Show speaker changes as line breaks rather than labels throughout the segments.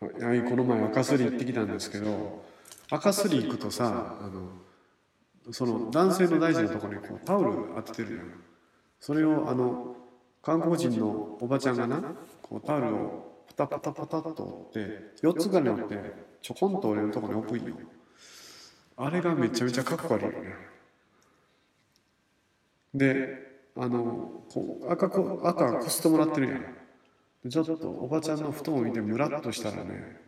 はいこの前赤スリ行ってきたんですけど赤スリ行くとさあのその男性の大臣のところにこうタオル当ててるのよそれをあの韓国人のおばちゃんがなこうタオルをパタパタパタっと折って4つがね折ってちょこんと俺のところに置くんよあれがめちゃめちゃかっこ悪いよねであのこう赤こ赤こすってもらってるやんでちょっとおばちゃんの太もも見てムラッとしたらね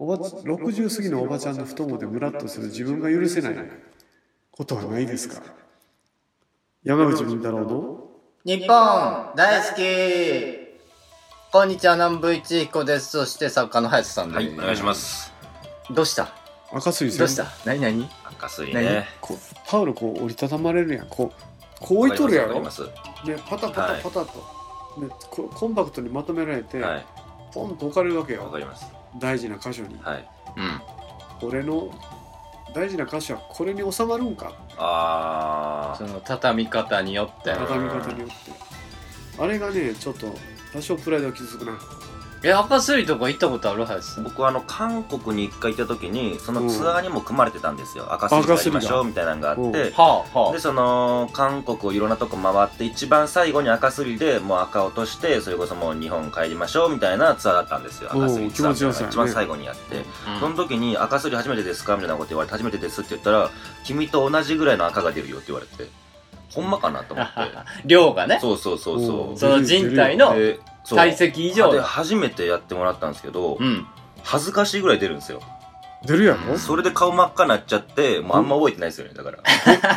おばち60過ぎのおばちゃんの太ももでムラッとする自分が許せないことはないですか山口敏太郎の
日本大好きこんにちは南部一彦ですそして作家の林さんです、
はい、お願いします。
どうした
赤水先
どうした何何
赤水ね。
こうタオルこう折りたたまれるやんこうこう置いとるや
わか
ろ
り
で
ます。わか
パタパタパタと、でこコンパクトにまとめられて、
ります
ポンと置かれるわけ
はい、わ
よ
かります。
大事な箇所に
はい。
うん
俺の大事な箇所はこれに収まるんか
あ
その畳み方によって
畳み方によってあれがねちょっと多少プライドが傷つくな
え赤すりとか行ったことある林さ
ー
ん
僕はあの韓国に一回行った時にそのツアーにも組まれてたんですよ赤水やりましょうみたいなのがあ
う
っ
ん
て
はあは
でその韓国をいろんなとこ回って一番最後に赤すりでもう赤落としてそれこそもう日本帰りましょうみたいなツアーだったんですよ
おう
赤すりツアーみたい
気持ちよ
なのが
さ
一
そうやね
番最後にやって
あ、
その時に「赤すり初めてですか?」みたいなこと言われて「初めてです」って言ったら「君と同じぐらいの赤が出るよ」って言われてほんまかなと思って
量がね
そうそうそう
おう
そ
そ
の人体の
うでそう
体積以上
で
だ
初めてやってもらったんですけど
うん
恥ずかしいぐらい出るんですよ
出るやろ
それで顔真っ赤になっちゃってもうあんま覚えてないですよねだ から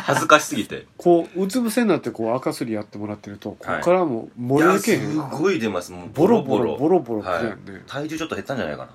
恥ずかしすぎて
こううつ伏せになってこう赤すりやってもらってるとこ
はい
こからもう
い
燃え
や
抜けへ
す
ん、
ごい出ますもう
ボ
ボ
ロ
ロ
ボ
ボ
ロ
ロ
ボロボロくるやんね、、
体重ちょっと減ったんじゃないか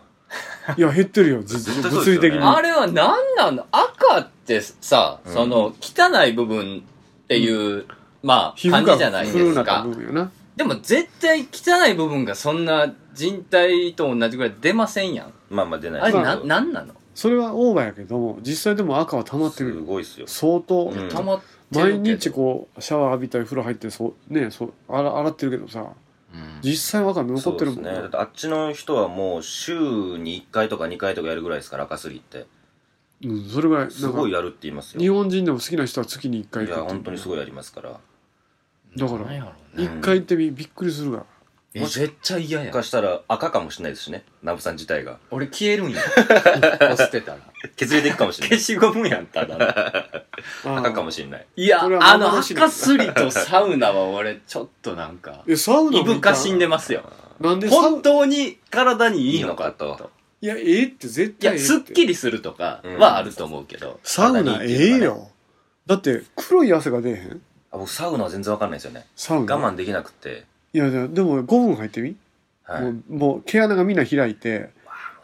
ない
や減ってるよじ
絶対
物
そうです
理
よね
的に
あれは何なの赤ってさ、
うん
その汚い部分っていう、まあ
皮膚
感じじゃ
が
ない
古
で
る
す
なった
か
部分よな
でも絶対汚い部分がそんな人体と同じぐらい出ませんやん
まあまあ出ない
あれ
です
な
けど
なんなの
それはオーバーやけども実際でも赤は溜まってる
す
よ
ごいっすよ
相当、
うん
たまってるけ
毎
ど
日こうシャワー浴びたり風呂入ってそうねそう洗洗ってるけどさ
うん
実際は赤残ってるもん
そうですねだってあっちの人はもう週に1回とか2回とかやるぐらいですから赤すりって
うん、それぐらいなんか
すごいやるって言います
日
よ
本人でも好きな人は月に1回
いや本当にす
い
ごいやりますから
だから
なんやろうね
1回行ってみびっくりするが
え絶対嫌や
もしかしたら赤かもしれないですしねナブさん自体が
俺消えるん や押してたら
削れていくかもしれな
消
い
しゴムやんただの
赤かも
し
しれない
いや
これは
あの
幻だ
墓すりとサウナは俺ちょっとなんか
えサウナ
い
も行
ぶ
った
かしんでますよ
なんでサウ
本当に体にいいのか
いいのか
と
いやええって絶
い
対え
や
えって
すっきりするとかはあると思うけど
サウナ
体にいいって
え
い
え
うの
よだって黒い汗が出えへん
あ僕サウナは全然わかんないですよね
サウナ
我慢できなくて、
いやいやでも5分入ってみ、
はい、
もうもう毛穴がみんな開いて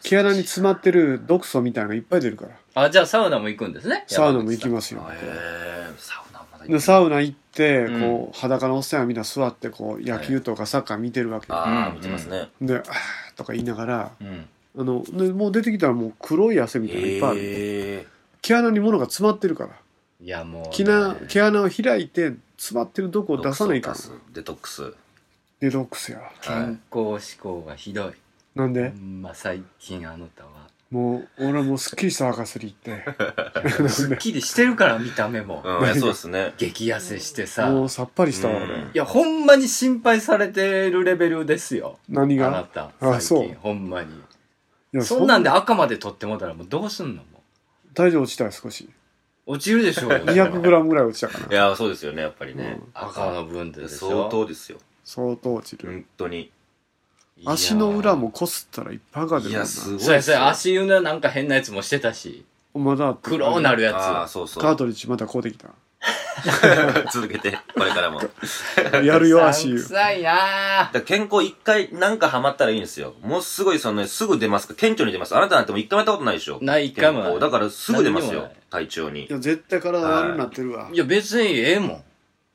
毛穴に詰まってる毒素みたいなのがいっぱい出るから
かなあじゃあサウナも行くんですね
サウナも行き
す
ますよ
あへえサウナまだ行って
でサウナ行って、
うん
こう裸のおっさんはみんな座ってこう野球とかサッカー見てるわけ、
ああ
うん
見てますね、
で「あー」とか言いながら
うん
あのでもう出てきたらもう黒い汗みたいなのいっぱいある、
え
毛穴に物が詰まってるから
いやもうね
毛穴毛穴を開いて詰まってるどこ
え
を出さないから
デトックス
デトックスや
はい
健康志向がひどい
なん
ほ
で
んま最近あのたは
もう俺はもうすっきりした赤すり行って
すっきりしてるから見た目も
うんいやそうですね
激痩せして
も
さ
うさっぱりしたわ
う
俺
ん
いやほんまに心配されてるレベルですよ
何
あな
が
た
あそう
最近ほんまに
いや
そんなんで赤まで取ってもたらもうどうすんのも
体重落ちたよ少し
う落ちるでしょうよ
200g ぐらい落ちたか
い
な
やそうですよねやっぱりね、
赤の分ででし
相
ょ
当ですよ
相当落ちる
本当に
いや
足の裏もこすったらいっぱい赤出るも
い
ん
や
な
すごいっす
そうやそうや
よ
足裏なんか変なやつもしてたし
まだあって
黒なる
あ
や
あそうそ
カー
う
トリッジまた買うてきた
続けてこれからも
つ
やるよ足
う
湯
さんくさいなあ
だから健康一回なんかハマったらいいんですよ。もうすごいそのね、すぐ出ますから、顕著に出ます。あなたなんてもう一回もやったことないでしょ。
ない一回もない
健康だからすぐ出ます
何にも
よ
ない。
体調に
い。や絶対体悪くなってるわ
いや別にええも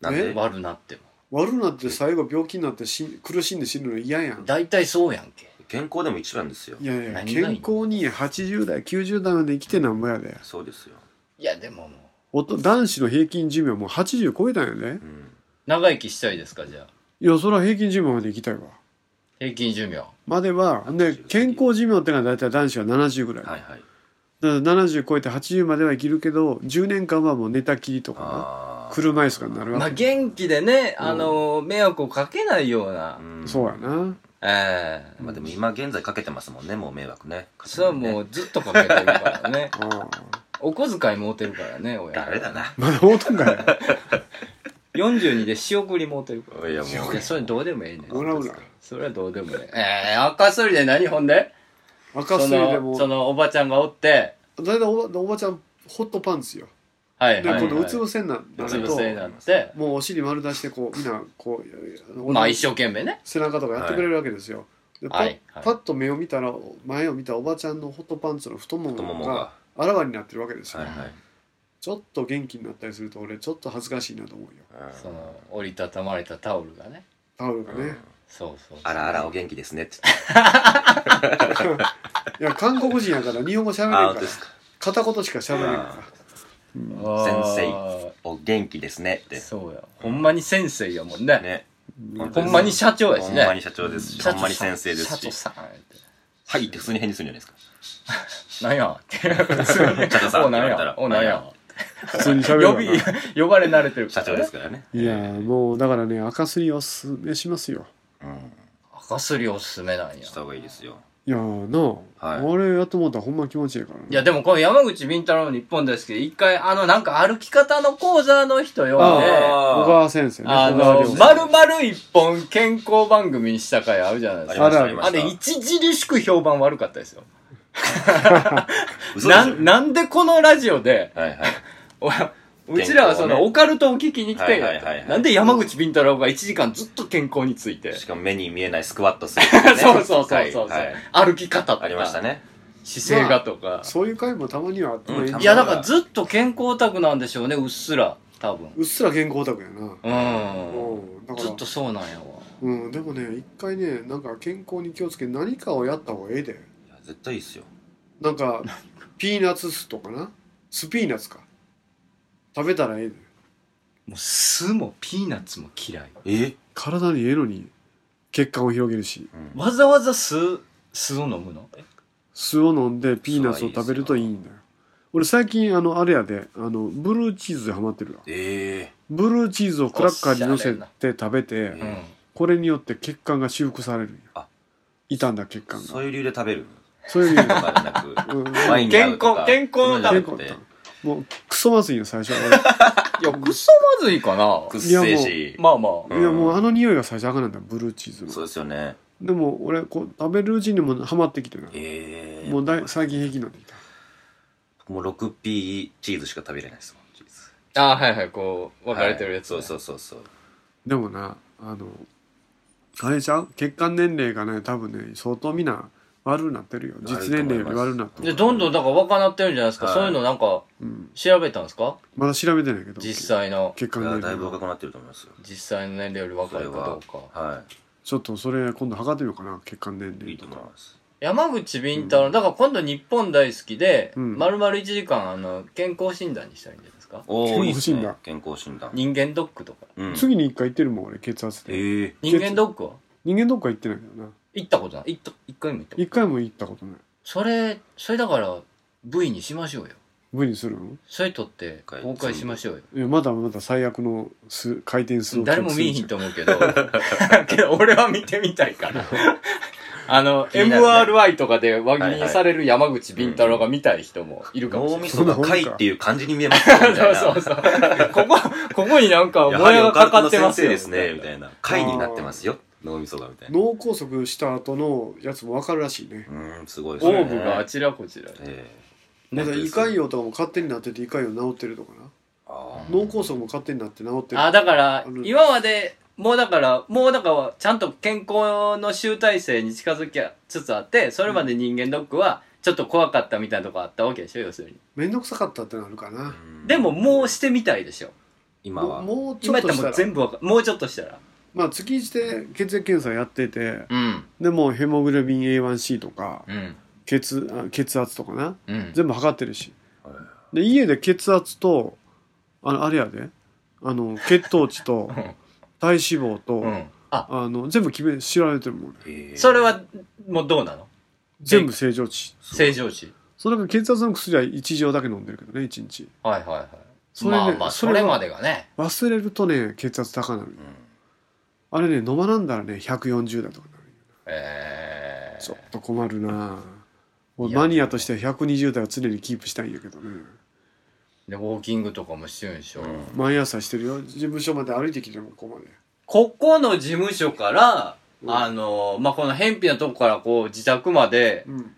なん
え
で
ん悪なっても
悪くなって最後病気になってしん苦しんで死ぬの嫌やん
大体そうやんけ
健康でも一番ですよ
い。やいや
何がいい
健
の
康に80代90代まで生きてなんぼやで
そうですよ。
いやでももう
おと男子の平均寿命もう80超えたんやで
うん。
長生きしたいですかじゃあ
いやそれは平均寿命まで生きたいわ
平均寿命。
まではで健康寿命ってのは大体男子は70ぐらい、
はいはい。
だから70超えて80までは生きるけど10年間はもう寝たきりとか
ああ。
車椅子とかになるわけ、
まあ、元気でね、あの、迷惑をかけないような
う、ん
そうやな
ええ
まあでも今現在かけてますもんね、もう迷惑ね。
それはもうずっとかけてるからね。
ああ
お小遣いもうてるからね、親。
誰だな。
まだ会うとんかい
42で仕送りもうてるから。
いやも
いや、それどうでもええねん。
もらうな
それはどうでもええ。ええ赤すりで何ほんで
赤すりで
その、そ
も
のおばちゃんがおって、
大体おばおばちゃんホットパンツよ
はい
で
はい、はい。
今度うつ伏せになる
う
と
つ伏せになって、
もうお尻丸出してこうみんなこう
まあ一生懸命ね。
背中とかやってくれるわけですよ、でパッ
はいはい
パッと目を見たら前を見たおばちゃんのホットパンツの太も
太も
も
も
が
が
あらわになってるわけですよ、
はいはい。
ちょっと元気になったりすると俺ちょっと恥ずかしいなと思うよ
その、折りたたまれたタオルがね。
タオルが
うん
ね、
そうそうそう。
あらあらお元気ですねって。
いや韓国人やから日本語喋れん
あ
か
あ、本当
ら
ですか。
片言しか喋れんか
先
あ
生お元気ですねっ
ー
て。
そうや。ほんまに先生やもんね。
ね。
ら
ほんまに社長やし
ほん
ね。
まに社長ですし、ほんまに先生で
社
す
長
し。
さんや って。
はいって普通に返事するんじゃないですか。
なんやって。
社長さん
お、なん
って言われた
や
ら
お、なんや
普通に喋
呼
る
び、 呼ばれ慣れてるか
社
らね。
長ですからね。
いやもうだからね赤すりをおすすめしますよ
うん。
赤すりおすすめなんや
し。た方がいいですよ。
いやーなあ、
はい
あれやってもうたらほんま気持ちいいからね
いや、でもこの山口み太郎の日本ですけど、一回、あの、なんか歩き方の講座の人呼んで、あ
小
あ
川先生ね
の、
小川
ま
亮
るまる一本健康番組にした回あるじゃないで
あ
す
り
か。
ましたありま
あ
した
れ、著しく評判悪かったですよ。
嘘でし
な
ょ
ん、なんでこのラジオで、
はいはい。
おうちらはそ
健康
の、
ね
オカルトを聞きに来てんや
はいはいはいはい
なんで山口敏太郎が1時間ずっと健康について。
しかも目に見えないスクワットするとかね。
そうそうそうそう。
はいはい
歩き方とか。
ありました。ね。
姿勢がとか。
そういう回もたまにはあってもいいんじゃ
う
なんい
いや、だからずっと健康オタクなんでしょうね、うっすら。多分。
うっすら健康オタクやな、
うん。
うんだか
ずっ
ら
とそうなんやわ。
うん、でもね一回ねなんか健康に気をつけ何かをやった方がええで
いや絶対いいっすよ。
なんかピーナッツ酢とかなスピーナッツか食べたらええで
もう酢もピーナッツも嫌い。
え
体にええのに血管を広げるし
うん
わざわざ酢、酢を飲むの
酢を飲んでピーナッツを食べるといいんだよ俺最近あのあれやであのブルーチーズでハマってるわ
え
ブルーチーズをクラッカーに乗せ
おしゃ
て食べ
う
て
うんん。
これによって血管が修復されるんや
あ
傷んだ血
え
管
そ
が
ういう理由で食べる
そういう意味で
と かじゃな
うん
く、ワインに合うとか
健康健康のため
そういうのじゃなくて。
もうクソまずいよ最初は俺
いや、クソまずいかな。
くっせえし。
まあまあ。
いやもうあ
の、
の匂いが最初あかんなんだブルーチーズ
そう
の
ですよね。
でも俺こう食べるうちにもハマってきてな
ええ
もうだい最近平気になってきた
もう 6P チーズしか食べれないですもん、チーズ。
あーはいはい、こう、分かれてるやつ、
はいそうそうそうそう。
でもなあのあれちゃう血管年齢がね多分ね相当みんな悪くなってるよ
なると思います
実年齢より悪くなって
で、
る、
どんどんだから若なってるんじゃないですか。
はい
そういうのなんか、
うん、
調べたんですか
まだ調べてないけど
実際の、
血
い
管
や、
年
だい
齢
ぶ若
が
くなってると思いますよ。
実際の年齢より若いかどうか。
は
ちょっとそれ今度測ってみようかな血管年
い。い
齢
いと
と
思い
か
ます。
山口敏太郎、だから今度日本大好きで、
うん
丸々1時間、あの、健康診断にしたらいいんじゃないですか。
おお、いいっ
健
す
康診
ね
断。
健康診断。
人間ドックとか。
うん。
次に一回行ってるもん俺血圧で
ええ。
人間ドックは
人間どっか行ってないけどな
行ったことない。行った、一回も行ったことない
一回も行ったことない
それ、それだから、V にしましょうよ。
部にするの
それとって、公開しましょうよ。
いやまだまだ最悪の数回転数を記
誰
録
も
する
見えひんと思うけど、けど 俺は見てみたいから。 あの、
気になる
MRI とかで輪切りにされる山口敏太郎が見たい人もいるかもし
脳
れな
み
い。
そが貝っていう感じに見えますよ、みたいな。
そうそうそう。ここ、ここになんか、
やは
も
り
や
オ
が
カ
か
ルト
か
の
ってま
先
す
生
よ。
ですね、みたいな。貝になってますよ、脳みそが、みたいな。
脳梗塞した後のやつも分かるらしいね
うーん、すごいです
オ
ね。
ーブがあちらこちらに。
ええ
まだ胃潰瘍とかも勝手になってて胃潰瘍治ってるとかな
あー
脳梗塞も勝手になって治ってる
あ、だから
う、ん
今まで、もうだから、もうだから、ちゃんと健康の集大成に近づきつつあって、それまで人間ドックは、ちょっと怖かったみたいなとこあったわけでしょ、要するに。
面倒くさかったってなるか
う
なん
でも、もうしてみたいでしょ。
今
も
は
う。もうちょ
今
っ
やっ
とした
たらもう
ら
全部わかもうちょっとしたら。
まあ月一で血液検査やってて
うん。
でもうヘモグロビン A1C とか
うん。
血あ血圧とかな
うん。
全部測ってるし
はい
で家で血圧とあのあれやであの血糖値と
ん
体脂肪と、
うん。あ
あの全部決め知られてるもんね
へえ
それはもうどうなの
全部正常値
正常値
そうだから血圧の薬は1錠だけ飲んでるけどね1日
はいはいはい
それね
まあまあ
そ
そ
れは
れまでがね
忘れるとね血圧高なる
うん
あれね飲まなんだらね140だとかなる
え
ちょっと困るな俺
いや
マニアとしては120台を常にキープしたいんやけどね
ー、でウォーキングとかもしてるんでしょ、
うん
毎朝してるよ事務所まで歩いてきてるもんここまで
ここの事務所から、
うん
あのまあこの偏僻なとこからこう自宅まで
うん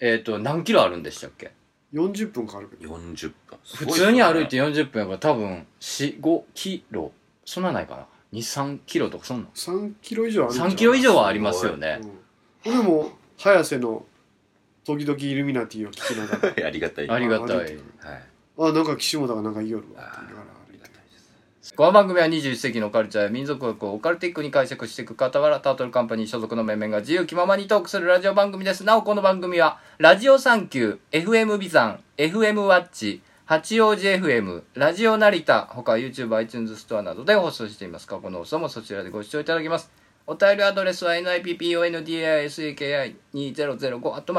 えっ、と何キロあるんでしたっけ
40分かかるけど
40分
普通に歩いて40分やから多分45キロそんなないかな23キロとかそんな
3キロ以上あるんじゃん
3キロ以上はありますよね
うん、俺も早瀬の時々イルミナティを聞きなが ら
ありがたい
ありがたい
歩てる
はい
あなんか岸本がなんか言いよるわって
あ
言いながら
あ
歩い
りが
て
たいです
この番組は21世紀のカルチャーや民族学をオカルティックに解釈していく傍らタートルカンパニー所属の面々が自由気ままにトークするラジオ番組ですなおこの番組はラジオサンキュー FM ビザン FM ワッチ八王子 FM ラジオ成田他 YouTubeiTunes ストアなどで放送しています過去の放送もそちらでご視聴いただけますお便りアドレスは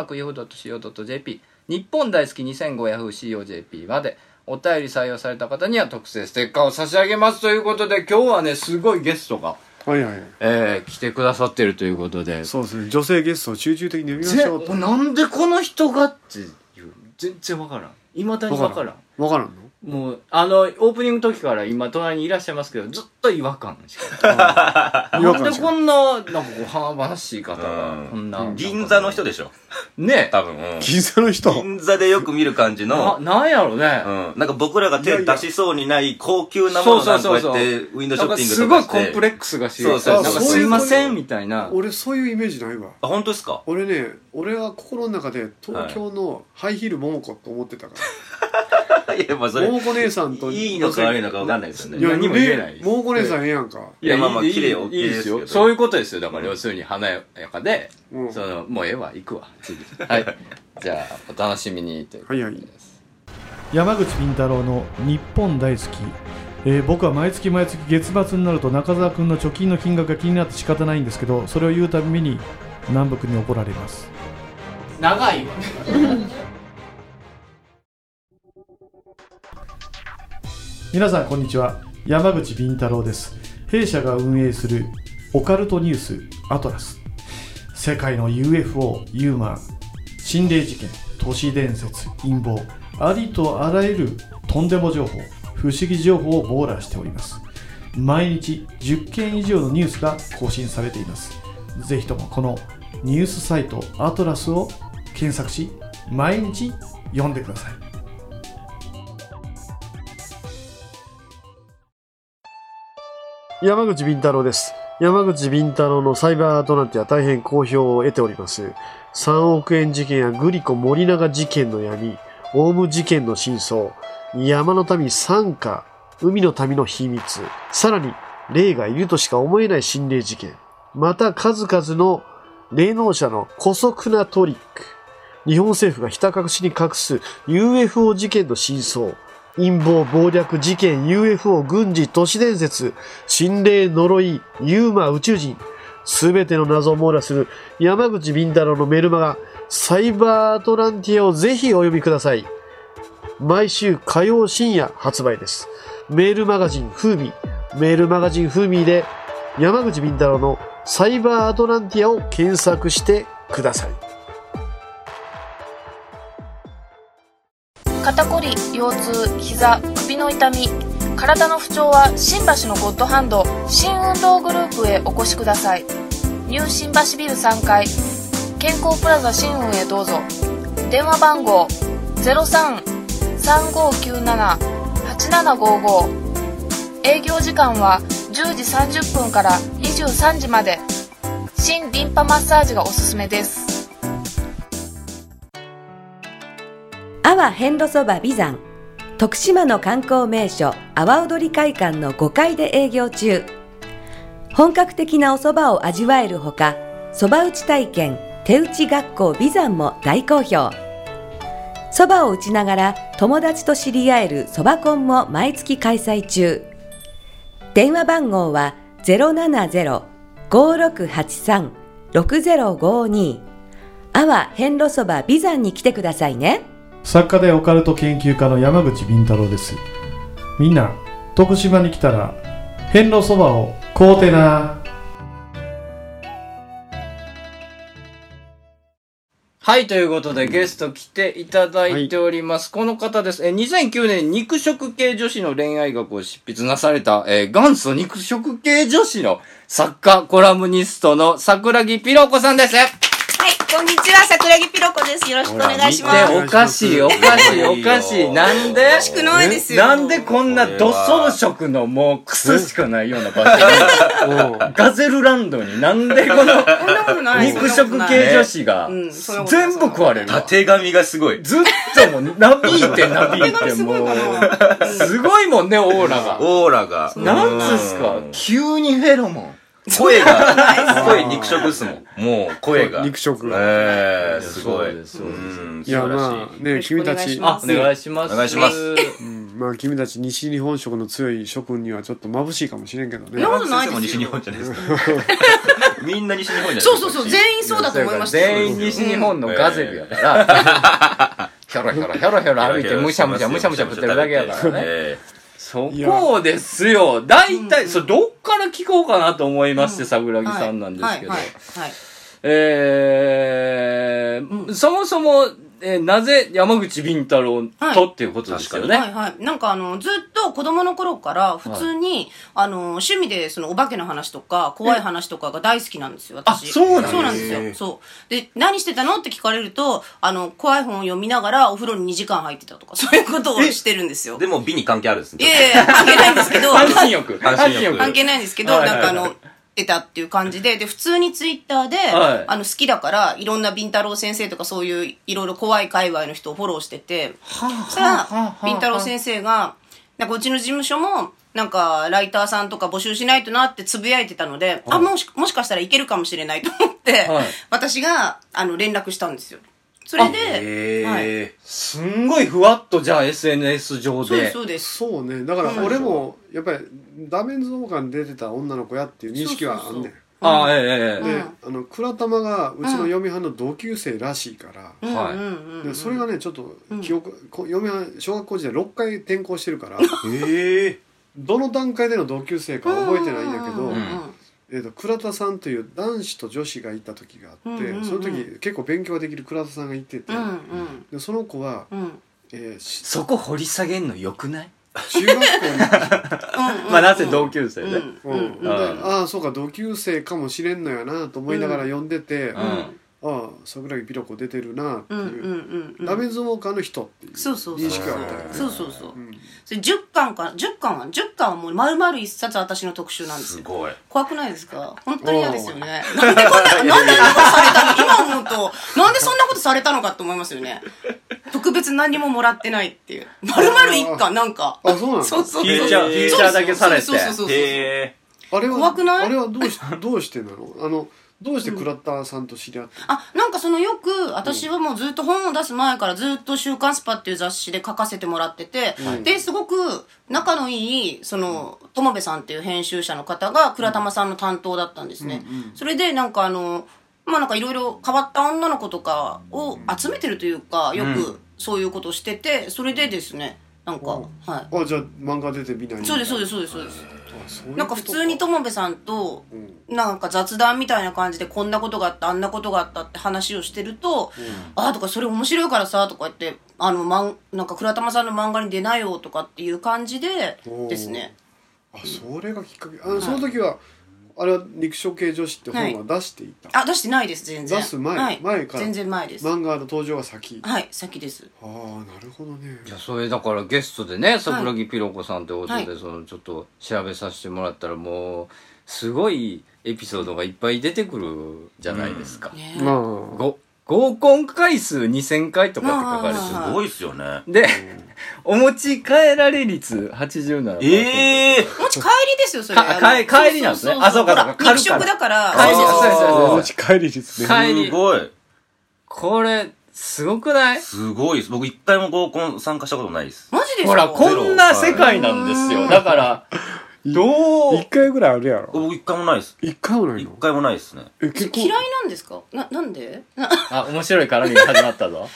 nippondiaseki2005-yahoo.co.jp 日本大好き 2005yahoo.co.jp までお便り採用された方には特製ステッカーを差し上げますということで今日はねすごいゲストが、
はいはい
えー来てくださってるということで
そうですね女性ゲストを集中的に呼びまし
ぜ
ょうと
なんでこの人がっていう全然わからんいまだにわからん
分からんの
もうあのオープニングの時から今隣にいらっしゃいますけどずっと違和感しか
あー違
な
和
いなん
感
で
しか
こ
ない
んななんかこう華々しい方が
うん
こんな
銀座の人
で
でしょ
ねえ
多分うん
銀座の人
銀座でよく見る感じ
な
の
なんやろうね、
うんなんか僕らが手出しそうにない高級なも
そう
のな
そ
ん
う
かこう
そう
や
そう
ってウィンドウシ
なん
ョッ
か
ピング
す
と
ご
か
い
して
コンプレックスが知り
そうそう
なんかすいませんみたいな
俺そういうイメージないわ
あ本当ですか
俺ね俺は心の中で東京のハイヒール桃子と思ってたか
いやまあ そ
ら、
れ
桃子姉さんと
いいのか悪いのか分かんないですよ
や
ね
何も言えない
ね桃子姉さんええやんか、
いやまあまあ綺麗
い
お
い
綺麗
いい
で
ですす
けど
よそういうことですよだから
うん
要するに華やかで、
うん、
そ
は
のもうええわ行くわ次はいじゃあお楽しみにということ
いはい
です
山口敏太郎の日本大好き、えー僕は毎月毎月月末になると中澤君の貯金の金額が気になって仕方ないんですけどそれを言うたびに南北に怒られます
長いわ
皆さんこんにちは山口敏太郎です弊社が運営するオカルトニュースアトラス世界の UFO ユーマン心霊事件都市伝説陰謀ありとあらゆるとんでも情報不思議情報を網羅しております毎日10件以上のニュースが更新されていますぜひともこのニュースサイトアトラスを検索し毎日読んでください
山口敏太郎です。山口敏太郎のサイバーアトランティア大変好評を得ております。3億円事件やグリコ森永事件の闇、オウム事件の真相、山の民参加、海の民の秘密、さらに霊がいるとしか思えない心霊事件、また数々の霊能者の古速なトリック、日本政府がひた隠しに隠す UFO 事件の真相、陰謀、暴略、事件、UFO、軍事、都市伝説、心霊、呪い、ユーマ、宇宙人、すべての謎を網羅する山口敏太郎のメルマガ、サイバーアトランティアをぜひお読みください。毎週火曜深夜発売です。メールマガジンフーミー、メールマガジンフーミーで山口敏太郎のサイバーアトランティアを検索してください。
肩こり腰痛膝首の痛み体の不調は新橋のゴッドハンド新運動グループへお越しくださいニュー新橋ビル3階健康プラザ新運へどうぞ電話番号0335978755営業時間は10時30分から23時まで新リンパマッサージがおすすめです
阿波遍路そば美山徳島の観光名所阿波踊り会館の5階で営業中本格的なお蕎麦を味わえるほか蕎麦打ち体験手打ち学校美山も大好評蕎麦を打ちながら友達と知り合える蕎麦コンも毎月開催中電話番号は070 5683-6052阿波遍路そば美山に来てくださいね
作家でオカルト研究家の山口敏太郎ですみんな徳島に来たら遍路そばを買うてな
はい、ということでゲスト来ていただいております。この方です。えー、2009年肉食系女子の恋愛学を執筆なされた、えー元祖肉食系女子の作家、コラムニストの桜木ピロコさんです。
はい、こんにちは、桜木ピロコです。よろしくお願いします。
見て、おかしい、おかしい、おかしい。なんで
しくないですよ。
なんでこんな土装色のもうクソしかないような場所に、ガゼルランドになんでこの
こんなことない
肉食系女子が
うんそんなことな
全
い
部食われるわ。
縦紙がすごい。
ずっともう、なびいてなびい
これ
て
がすごい
も
か
う、すごいもんね、オーラ が。
オーラが。
なんつうんすか
うん
急にフェロモン。
声が、声肉食っすもん。もう声が。
肉食
ええ、すご
そ
い。
うですそうです
ん
いや
素晴らしい
まあね君たち、
あ、お願いします。
お願いします
うんまあ君たち西日本食の強い諸君にはちょっと眩しいかもしれんけどね
い。やそんなことない
先生
です
も西
よ
日本じゃないですか。みんな西日本じゃないです
そ
か。
うそうそう、全員そうだと思いました。
全員西日本のガゼルやから、 ひょろひょろひょろひょろ歩いてむしゃむしゃむしゃむしゃ食ってるだけやからね。
え
そこですよ。大体、そう、どっから聞こうかなと思いまして、桜木さんなんですけど
はい。はいはい
えー、そもそも、えーなぜ山口敏太郎
は
と
い
っていうことですよ
はい、は
ね。
いはいなんかあの、ずっと子供の頃から普通に、あの、趣味でそのお化けの話とか、怖い話とかが大好きなんですよ、私。
あそうなんですね
そうなんですよ。そう。で、何してたのって聞かれると、あの、怖い本を読みながらお風呂に2時間入ってたとか、そういうことをしてるんですよ
え。でも美に関係あるんです
い
ね。
やいや、関係ないんです けど。
半身浴。
半身浴
関係ないんですけど、
はい
なんかあの、得たっていう感じで、で、普通にツイッターで、
はい
あの、好きだから、いろんなビンタロウ先生とかそういう、いろいろ怖い界隈の人をフォローしてて、そしたら、ビンタロウ先生が、なんかうちの事務所も、なんか、ライターさんとか募集しないとなってつぶやいてたので、あ、もし、もしかしたらいけるかもしれないと思って、
はい
私が、あの、連絡したんですよ。それで、はい。
え
すんごいふわっとじゃあ SNS 上
そうで、。
です
そうです。
そうねだから俺もやっぱりダメンズオーガン出てた女の子やっていう認識はあんねん。
あ、ええええ
で、あの倉玉がうちの嫁はんの同級生らしいから、
うん
はい
うんうんうん
でそれがねちょっと記憶、こ嫁はん小学校時代6回転校してるから
ええ
どの段階での同級生かは覚えてないんだけど、
うんうん
えー、と倉田さんという男子と女子がいた時があって、
うんうんうん
その時結構勉強ができる倉田さんがいてて、
うんうん
でその子は、
うんうん
えーし
そこ掘り下げんのよくない
中学校に
まあなぜ同級生で。
うんでああそうか同級生かもしれんのやなと思いながら読んでて、
う
あ
ん。
あ桜木ピロコ出てるなって
うんうん
いう、
うんうん
ダメズモーカーの人っていう
そうそうそう
認識があったよね
そうそうそう、
ん
それ10巻か10巻は10巻はもう丸々一冊私の特集なんです
す
よ
ごい。
怖くないですか本当に嫌ですよねなんでこ んななんであんなことされたの今思うとなんでそんなことされたのかって思いますよね特別何ももらってないっていう丸々一巻なんか
あそうなの
そうそう
フィ
そ
ー
う
チャー、
え
フィ
え
ーチャーだけされて
そう。そうそうそう
へえ
あれは
怖くない
あれはどうしどうしてなのあのどうして倉田さんと知り合った
あ、なんかそのよく、私はもうずっと本を出す前からずっと週刊スパっていう雑誌で書かせてもらってて、で、すごく仲のいい、その、友部さんっていう編集者の方が倉玉さんの担当だったんですね。それでなんかあの、まあなんかいろいろ変わった女の子とかを集めてるというか、よくそういうことをしてて、それでですね、なんか、はい。
の、あじゃあ漫画出てみない
そうです、そうですす、そうです、そうで
そ
す。
ういうこと
なんか普通に友部さんと、なんか雑談みたいな感じで、こんなことがあった、あんなことがあったって話をしてると、ああとか、それ面白いからさ、とか言って、あの、まん、なんか倉玉さんの漫画に出ないよ、とかっていう感じで
おー、
ですね。
あそれがきっかけあの、その時はあれは肉食系女子って本は出していた、
あ、出してないです、全然。
出す前
はい、
前から
全然前です。
漫画の登場が先あ
はい、先です。
あなるほどね
いや、それだからゲストでね、桜木ピロコさんってこと
は
で、
い
そのちょっと調べさせてもらったら、もう、すごいエピソードがいっぱい出てくるじゃないですか。
ね
まあ
ご合コン回数2000回とかって書かれて
あ
すごいっすよね。
る。で、 お持ち帰られ率87%。
ええ
もち帰りですよ、それ。
か かえ帰りなんですねあそうかそうか
ほら
軽
肉
いから
食だから。
帰り、そうですそう
持
です
ち帰り率ね
帰
す
り。
ごい。
これ、すごくない
すごいです。僕一回も合コン参加したことないです。
マジですか
ほら、こ
ゼロ
んな世界なんですよ。だから、どう
一回ぐらいあるやろ
僕一回もないです。
一回もない
一
の
回もないですね。
え結構
嫌いなんですかな、なんでな
あ、面白い絡みが始まったぞ。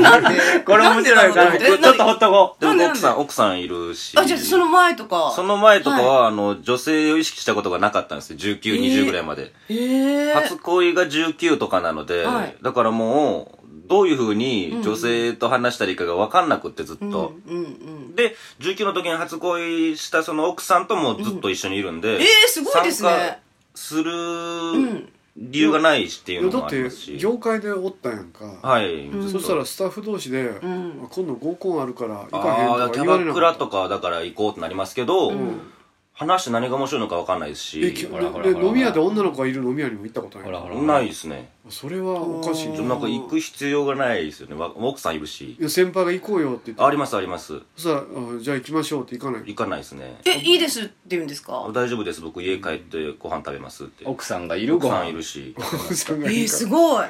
なんで
これ面白い絡み。
なんでな
ち
んで
ょっとほっとこ
で
なんで
も奥
なんで
さん、奥さんいるし。
あ、じゃあその前とか。
その前とか
は
は、あの、女性を意識したことがなかったんですよ。19、20ぐらいまで。
い。え
初
ー。
恋が19とかなので、
はい
だからもう、どういう風に女性と話したらいいかが分かんなくってずっ
うん、
と。
うん、うん。
で、19の時に初恋したその奥さんともずっと一緒にいるんで。
んえーすごいですね
参加する
ん
理由がないしってい
いうや
の
だ
もあ
っ
りま
て
すし。
業界でおったやんか
はい。ずっと
そしたらスタッフ同士で
ん
あ今度合コンあるから行
あ
かへん
ー
と
キ
か
ャ
言われ
バ
なか
クラ
っ
と
た
かだから行こうってなりますけど、話して何が面白いのか分かんないです
えき
し、
で
ほらほらほらほら
飲み屋で女の子がいる飲み屋にも行ったことない
ほらほら
ないですね。
それはおかしい
ち
な
ょっとなんか行く必要がないですよね。わ奥さんいるし
い。や先輩が行こうよって言って
ありますあります。
そしたらあじゃあ行きましょうって行かない
行かないですね。
え、いいですって言うんですか
大丈夫です。僕家帰ってご飯食べますって。
奥さんがいる
奥
ご
さん
飯
い。るし。
奥さん
え
がい
ー、
るか
すごい。
ら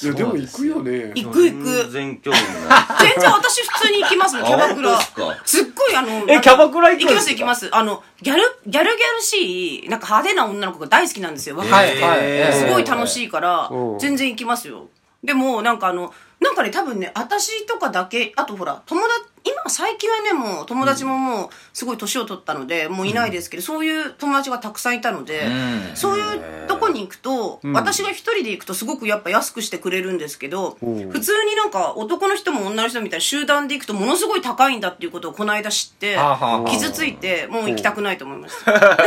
いやでも行くよね
行く行
全
く。
然興味 ない。
全然私普通に行きますもん、キャバク
あ
ラ
本当ですか。
すっごいあの、
え、キャバクラ行く
行き
んで
ます
す
行き
か
ます。あの、ギャル、ギャルギャルしい、なんか派手な女の子が大好きなんですよ、若
はいい
子で。
はいええ
すごい楽しいから
う、ん
全然行きますよ。でも、なんかあの、なんかね、多分ね、私とかだけ、あとほら、友達、今、最近はね、もう友達ももう、すごい年を取ったので、もういないですけど、そういう友達がたくさんいたので、
うん
そういうとこに行くと、私が一人で行くとすごくやっぱ安くしてくれるんですけど、
うん
普通になんか男の人も女の人みたいな集団で行くとものすごい高いんだっていうことをこの間知って
はあはあはあ、
傷ついて、もう行きたくないと思いました。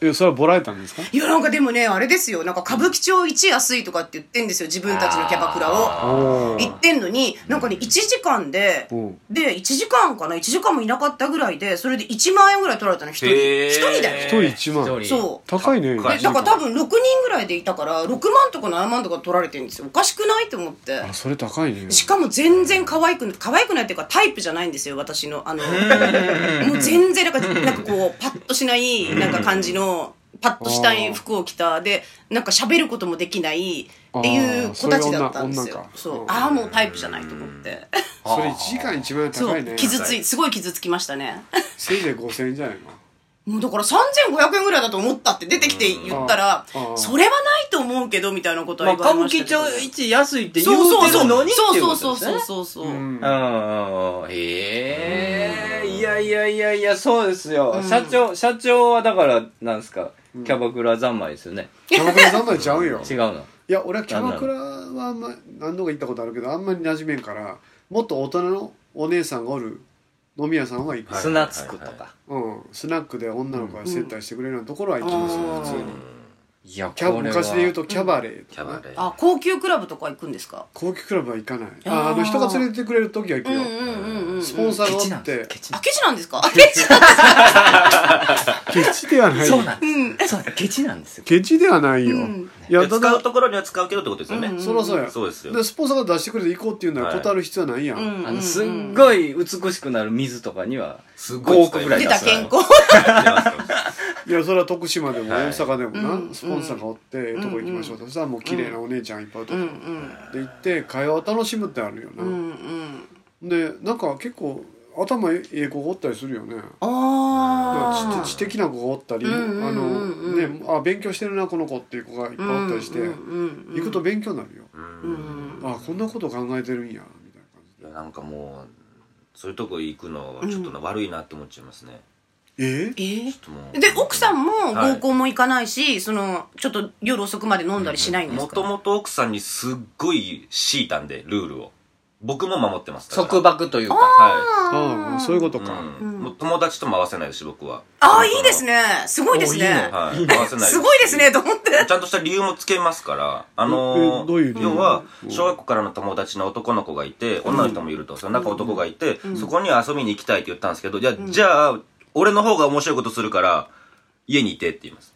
えそれはボラえたんですか
いや、なんかでもね、あれですよ、なんか歌舞伎町一安いとかって言ってんですよ、自分たちのキャバクラを。
お
行ってんのに、なんかね、1時間で、
うん
で、1時間かな、1時間もいなかったぐらいで、それで1万円ぐらい取られたの、一人。
へー
一人だよ。
一人一
一
万
人
そう。
高いね
高い
でだから多分6人ぐらいでいたから6万とか7万とか取られてるんですよおかしくないと思って
あそれ高いね
しかも全然可愛くない可愛くないっていうかタイプじゃないんですよ私のあのもう全然なんかなんかこうパッとしないなんか感じのパッとしたい服を着たでなんか喋ることもできないっていう子たちだったんですよ
あー
そ
そうういう女女か
ああもうタイプじゃないと思って
それ1時間1万円
そ
高いうね
傷ついすごい傷つきましたね
せいぜい5000円じゃないの
もうだから3500円ぐらいだと思ったって出てきて言ったら
うんう、ん
それはないと思うけど、みたいなこと
ま
は
あ、
言わ
歌
れ
舞
まし
伎
たけど。
町一安いって言
そう
う
そう
て
そ
る
う
のにって
そう
い
そうう
こと
そう
ですね
そうそうそう。
うん
うんうんうんへえいやいやいやいやそうですよ、社長社長はだからなんですかキャバクラ三昧ですよね、
キャバクラ三昧ちゃうよ
違うの
いや俺はキャバクラはあんま何度か行ったことあるけどあんまり馴染めんからもっと大人のお姉さんがおる飲み屋さんは行く、
はい
砂つくとか、
はいいは
うん、スナックで女の子が接待してくれるようなところは行きますよ、普通に
や
キャ
これは
昔で言うとキャバレーと
キャ
かね、
バレー。
あ、高級クラブとか行くんですか
高級クラブは行かないあ
あー
あの人が連れてくれる時は行く
うん
よ、
うんうんうん。
スポンサー
ケチ
がお
なん
っ
で
て
すケチなん
あ、ケチなんですかあ、ケチなんですか
ケチではない
です
よ
そうなんです、そうなんですケチなんですよ
ケチではないよ、
うん
いや
で
た
使
だ
うところには使うけどってことですよね。
そらそうや、
そうですよ
で。スポンサーが出してくれて行こうっていうなら
はい
断る必要はないやん、
うん
あのすっごい美しくなる水とかには
す
ごい5億ぐらい
出
出
た
す
健康。
いやそれは徳島でも
はい
大阪でもな、スポンサーがおって、ええとこ行きましょうとそしたらもう綺麗なお姉ちゃんいっぱいおって、
うんうん
で行って会話を楽しむってあるよな、
うんうん。
でなんか結構頭ええ子がおったりするよね
あ
知知的な子がおったり、
んうん
あ
うん
の
うん
ねあ勉強してるなこの子っていう子がいっぱいおったりして、
うんうんうん
行くと勉強になるよ、
うん
あこんなこと考えてるんやみたいない
やなんかもうそういうとこ行くのはちょっとな、悪いなって思っちゃいますね
感じで
え
え
ー
ちょっともう
で、奥さんも
はい
合コンも行かないし、その、ちょっと夜遅くまで飲んだりしないんです
も
か
ともと奥さんにすっごい強いたんでルールを僕も守ってますだから
束縛というか
は
ああそういうこと
い、
か、
うんもう友達とも合わせないし僕は
ああ、いいですね。すごいですね。
はい合わせない
すごいですね、と思って。
ちゃんとした理由もつけますから、あ
え
のー
どういう理由
要は、小学校からの友達の男の子がいて、女の人もいると、その中男がいて、そこに遊びに行きたいって言ったんですけど、じゃあ、じゃあ、俺の方が面白いことするから、家にいてって言います。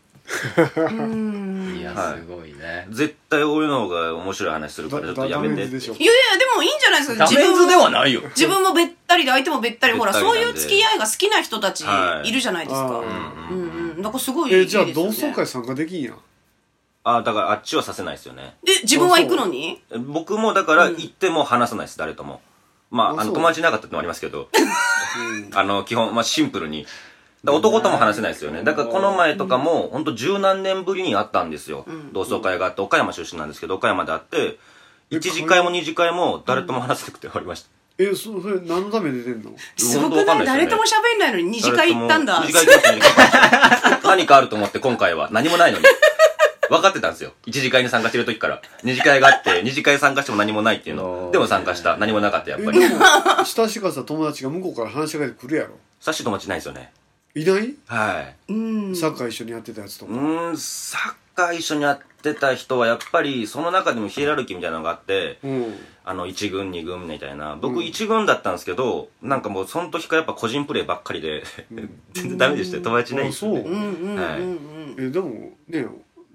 いや
はい
すごいね、
絶対俺の方が面白い話するから、ちょっと
だ
や
ダ
め
メ
てっ
ージ
て
で。しょ
いやいや、でもいいんじゃないですか。
ダメーズではないよ
自分もべったりで相手もべったりほら
べったり
そ
なで
うんいう付き合いが好きな人たちいるじゃないですか、
はい
うんうんだからすごいいい
え
です
じゃ
よ、
あ
ね、
同窓会参加できんやん
ああ、だからあっちはさせないですよね。
で自分は行くのに
僕もだから行っても話さないです、誰とも。まあ、
あ
あの、
そう
友達いなかったってのもありますけど、あの、基本、まあ、シンプルに、だから男とも話せないですよね。だからこの前とかも、ほんと十何年ぶりに会ったんですよ。同窓会があって、岡山出身なんですけど、岡山で会って、一次会も二次会も誰とも話せなくて終わりました。
えそそれ何のために出てんの
すごくない誰とも喋んないのに二次会行ったんだ。
二次会行ったんですよ何かあると思って今回は何もないのに。分かってたんですよ。一次会に参加してる時から。二次会があって、二次会参加しても何もないっていうの。でも参加した。何もなかった、やっ
え
ぱ
で
り。
も親しかった友達が向こうから話しかけてくるやろ
サッシー友達いないですよね。
いない
はい。
サッカー一緒にやってたやつとか、
うーん、サッカー一緒にやってた人はやっぱりその中でもヒエラルキーみたいなのがあって、
うん
あの1軍2軍みたいな僕1軍だったんですけど、なんかもうその時からやっぱ個人プレーばっかりで、全然ダメでしたよ友達いないん
あ
です
そ
よ
う、
ね
うんうんうんうん。
えでもね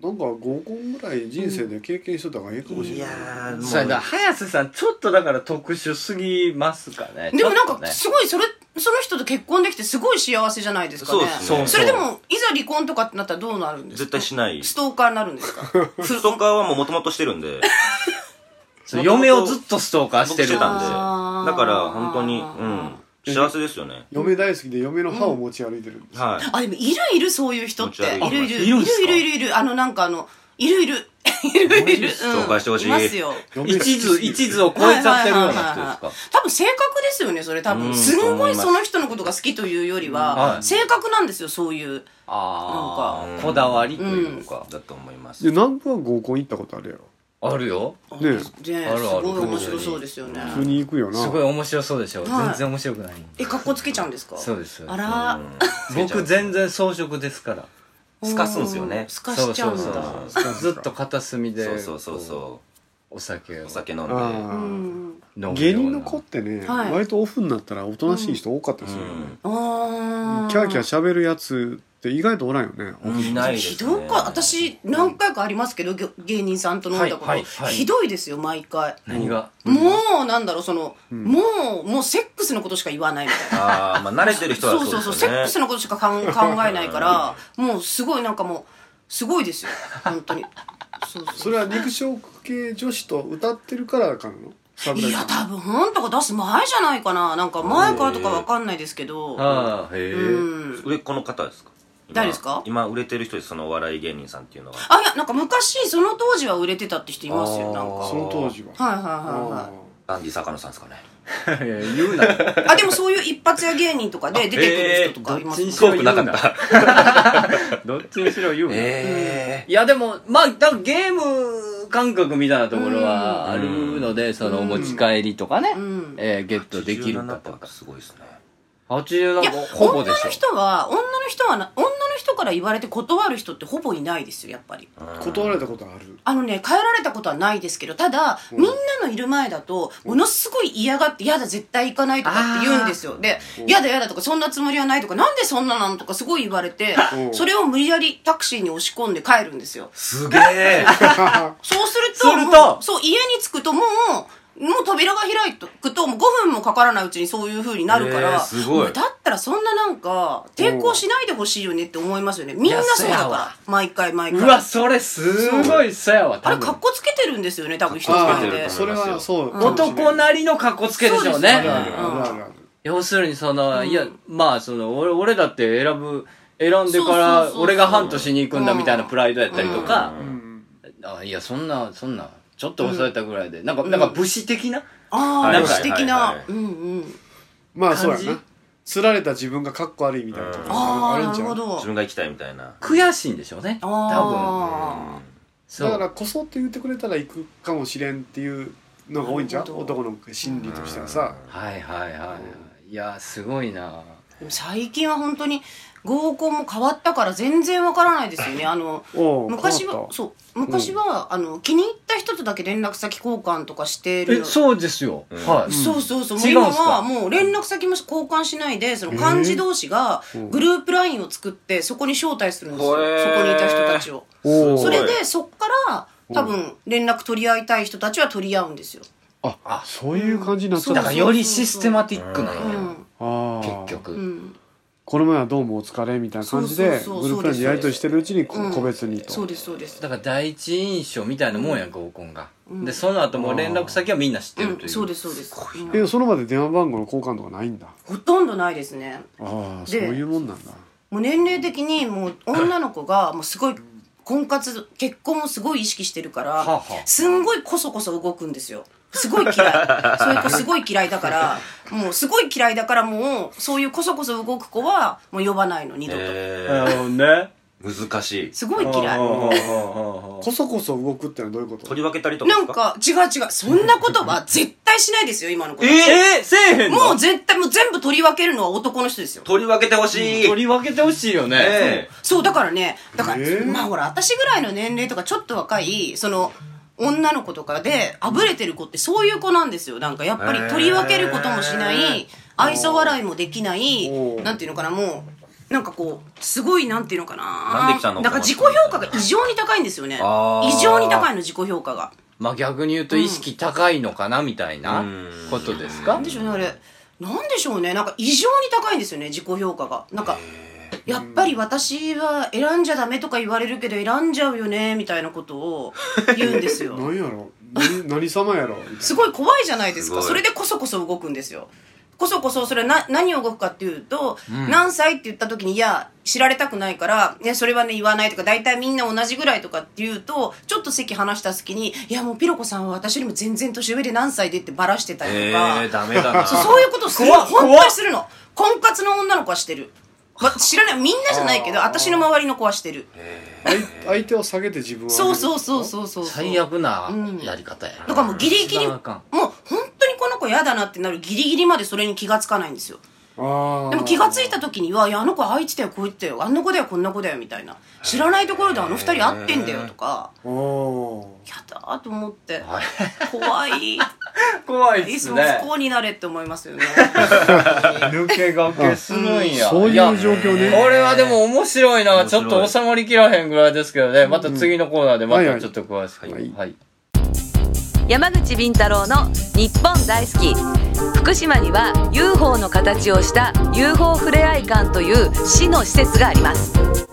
なんか合コンぐらい人生で経験しとった方がいいかもし
い
れ
や
ない、
ーもう
それだ、早瀬さん、ちょっとだから特殊すぎますかね。
でもなん
ちょっと
か、
ね
すごい、それ、その人と結婚できてすごい幸せじゃないですかね。
そうですねそうそう
それでも、いざ離婚とかってなったらどうなるんです
絶
か
対しない
ス
ス
トーカーになるんですか
トーカーはもう元々してるんで
そう嫁をずっとストーカーして
して
る
たん
ん
で
で。
あー
だから本当にうん幸せですよね、
嫁大好きで嫁の歯を持ち歩いてるんです、
はい
あ、でも、いるいる、そういう人って。い
持ち
る
歩
い
い
る。
て
い
いるん
る
ですか
いるいるいる。あの、なんかあの、いるいる。いるいるいる。
紹介してほしい
うんますよ。
嫁大好き
一途、一途を超えちゃってるような人です
は
か
い。多分性格ですよね、それ多
う
分。
ん
すん
そう
ご
思
い
います
その人のことが好きというより
うんは
は、
い
性格なんですよ、そういう。
ああ、
なんか
こだわりというか。
だと思います
で南部は合コン行ったことあるやろ
あるよ。
ね
で、
あ
す
るある
ごい面白そうですよね。
普通に行くよな
すごい面白そうでしょ。
はい
全然面白くない。
え、格好つけちゃうんですか
そうですそうです
あら、
僕全然装飾ですから。
すかすんですよね
すかしちゃうんだ。
そうそうそうずっと片隅で
そうそうそう
こ
そう
お酒を
うお酒飲んで
あ
う
ー
ん。
飲むような
芸人の子ってね、
はい
割とオフになったらおとなしい人多かったですよね、
ああ。
キャーキャー喋るやつって意外とおらんよね、
うんいないですね
ひどいか、私、何回かありますけど、ぎょ芸人さんと飲んだこと、
はいはいはい
ひどいですよ、毎回。
何が
もう、なんだろう、その、もう、もうセックスのことしか言わないみたいな。
ああまあ慣れてる人は
そう
そ
そううそう、
です
セ
よ
ッ
ね
クスのことしかかん考 えないから、もうすごいなんかもう、すごいですよ、本当に。そうそう
それは肉食系女子と歌ってるからかなの
いや、多分本とか出す前じゃないかな。なんか前からとかわかんないですけど。
ああ、へえ。
うん。
売れこの方ですか今
誰ですか
今売れてる人ですそのお笑い芸人さんっていうのは
あ、いや、なんか昔、その当時は売れてたって人いますよ、なんか。
その当時は
はいはいはいは
アンディ坂野さんですかね
いや言うなよ。
い。あ、でもそういう一発屋芸人とかで出てくる人とかいます
えーどっちにし
ね。
ろ
遠くなかった
どっちにしろ言うな。
え
いやでも、まあ、だからゲーム感覚みたいなところはあるので、そのお持ち帰りとかね、
ん
えーゲット
ー
できるかと
17%
か。
すごいですね
87
いや、
ほぼ
女
で
の
しょ。
人は、女の人はな、女の人から言われて断る人ってほぼいないですよ、やっぱり。
断られたことある
あのね、帰られたことはないですけど、ただ、みんなのいる前だと、ものすごい嫌がって、嫌だ、絶対行かないとかって言うんですよ。で、嫌だ、嫌だとか、そんなつもりはないとか、なんでそんななのとか、すごい言われて
う、ん
それを無理やりタクシーに押し込んで帰るんですよ。
すげえ
そうすると、
すると
もうそう、家に着くともう、もう扉が開くと、もう5分もかからないうちにそういう風になるか
え
ら、
ーすごい
もうだったらそんななんか、抵抗しないでほしいよねって思いますよね。みんなそうだ
いやそうやわ
から、毎回毎
う
回。
わ、それすごいさやわ、
あ
多
れ、
分
格。好つけてるんですよね、多分人
かっこつ
前
けて
で
る。
それはそう
男なりの格好つけでしょう
そうですよ
ね
ね。
あるあるある
要するにその、いや、まあその、俺俺だって選ぶ、選んでか
そうそうそう
ら
そう
俺がハントしに行くんだみたいなプライドやったりとか、
うん
あいや、そんな、そんな、ちょっと抑えたぐらいで、なんか、なんか武士的な、
ああ、
はい
歴史的
はいはい
な
はい。
うんうん。
まあそうや
感じ
なつられた自分がかっこ悪いみたいなとこ
あ
あ
あ、
る
なん
ち
る
ゃ
ほ
うだ
ど。
自分が行きたいみたいな
悔しいんでしょうね。多分。
あ
そう。
からこそって言ってくれたら行くかもしれんっていうのが多いんちゃう男の心理としてはさ
はいはいはい。いや、すごいな。
あ。でも最近は本当に合コンも変わったから全然わからないですよね。あの、
おう
昔
変わ
は
った
そう昔は、あの気に入った人とだけ連絡先交換とかしてる
え、
の
そうですよ。
ん
は
う
い。
そうそうそうもう
違うん
今
すか
はもう連絡先も交換しないでその漢字同士がグループラインを作ってそこに招待するんですよ、
へー
そこにいた人たちを
おう
それでそっから多分連絡取り合いたい人たちは取り合うんですよ
あそういう感じになっちゃ
そう
だ
っ
か
た
らよりシステマティックな
う
のよ、
ん
あ
結
あ
局。
うん
この前はどうもお疲れみたいな感じで
そうそうそう
グループラインでやりとりしてるうちにこ
うん
個別に
そう
と
ですそうです
だから第一印象みたいなもんや合コンが、でその後もう連絡先はみんな知って
う
るとい
ん、
う、
そうですそうですうん
えその場で電話番号の交換とかないんだ
ほとんどないですね
ああそう
で
いうもんなんだ
もう年齢的にもう女の子がもうすごい婚活結婚をすごい意識してるから、
あはあ
すんごいこそこそ動くんですよすご い嫌いそういう子すごい嫌いだからもうすごい嫌いだからもうそういうこそこそ動く子はもう呼ばないの二度と、
え
なるほどね。
ー、難しい
すごい嫌い
うんうんうんうんうん
こそこそ動くってのはどういうこと
取り分けたりとかで
な
す
んか違う違うそんなことは絶対しないですよ今の子たち
えー、せえへんの
もう絶対もう全部取り分けるのは男の人ですよ
取り分けてほしい、
取り分けてほしいよね。
ええ
そうだからねだから、
えー
まあほら私ぐらいの年齢とかちょっと若いその女の子とかであぶれてる子ってそういう子なんですよなんかやっぱり取り分けることもしない、愛想笑いもできない
おー
なんていうのかなもうなんかこうすごいなんていうのかな
なんで来たの
なんか自己評価が異常に高いんですよね
あー
異常に高いの自己評価が
まあ逆に言うと意識高いのかなみたいな
うん
ことですか
なんでしょうねあれなんでしょうねなんか異常に高いんですよね自己評価がなんかやっぱり私は選んじゃダメとか言われるけど選んじゃうよねみたいなことを言うんですよ
何やろ何何様やろみたいな
すごい怖いじゃないです
す
か
ごい
それでこそこそ動くんですよこそこそそれはな何を動くかっていうと、何歳って言った時にいや知られたくないから、ね、それはね言わないとか大体みんな同じぐらいとかっていうとちょっと席離した隙にいやもうピロコさんは私よりも全然年上で何歳でってバラしてたりと
え
か、
ー、ダメだな
そうそういうことする
怖っ
本
怖
当
っ
にするの婚活の女の子はしてる、ま、知らないみんなじゃないけど私の周りの子はしてる
相相手を下げて自分を上げる
そうそうそうそうそう
最悪なやり方やな。
だからもうギリギ
一
リ
番あ
もう
かん
本当にこの子嫌だなってなるギリギリまでそれに気がつかないんですよ
あー
でも気がついた時には「いやあの子あいつだよこいつだよあんな子だよこんな子だよ」みたいな「知らないところであの二人会ってんだよ」とか
おー
「やだー」と思って怖い
怖い
い
っ
つ
す
も
ね
不。幸になれって思いますよね
抜けがけするんや。
そういう
や
状況ね
これはでも面白いな。
面
ちょっ
白い
と収まりきらへんぐらいですけどね。また次のコーナーでまたちょっと詳しく。
は
はいい。はい
山口敏太郎の日本大好き福島には UFO の形をした UFO ふれあい館という市の施設があります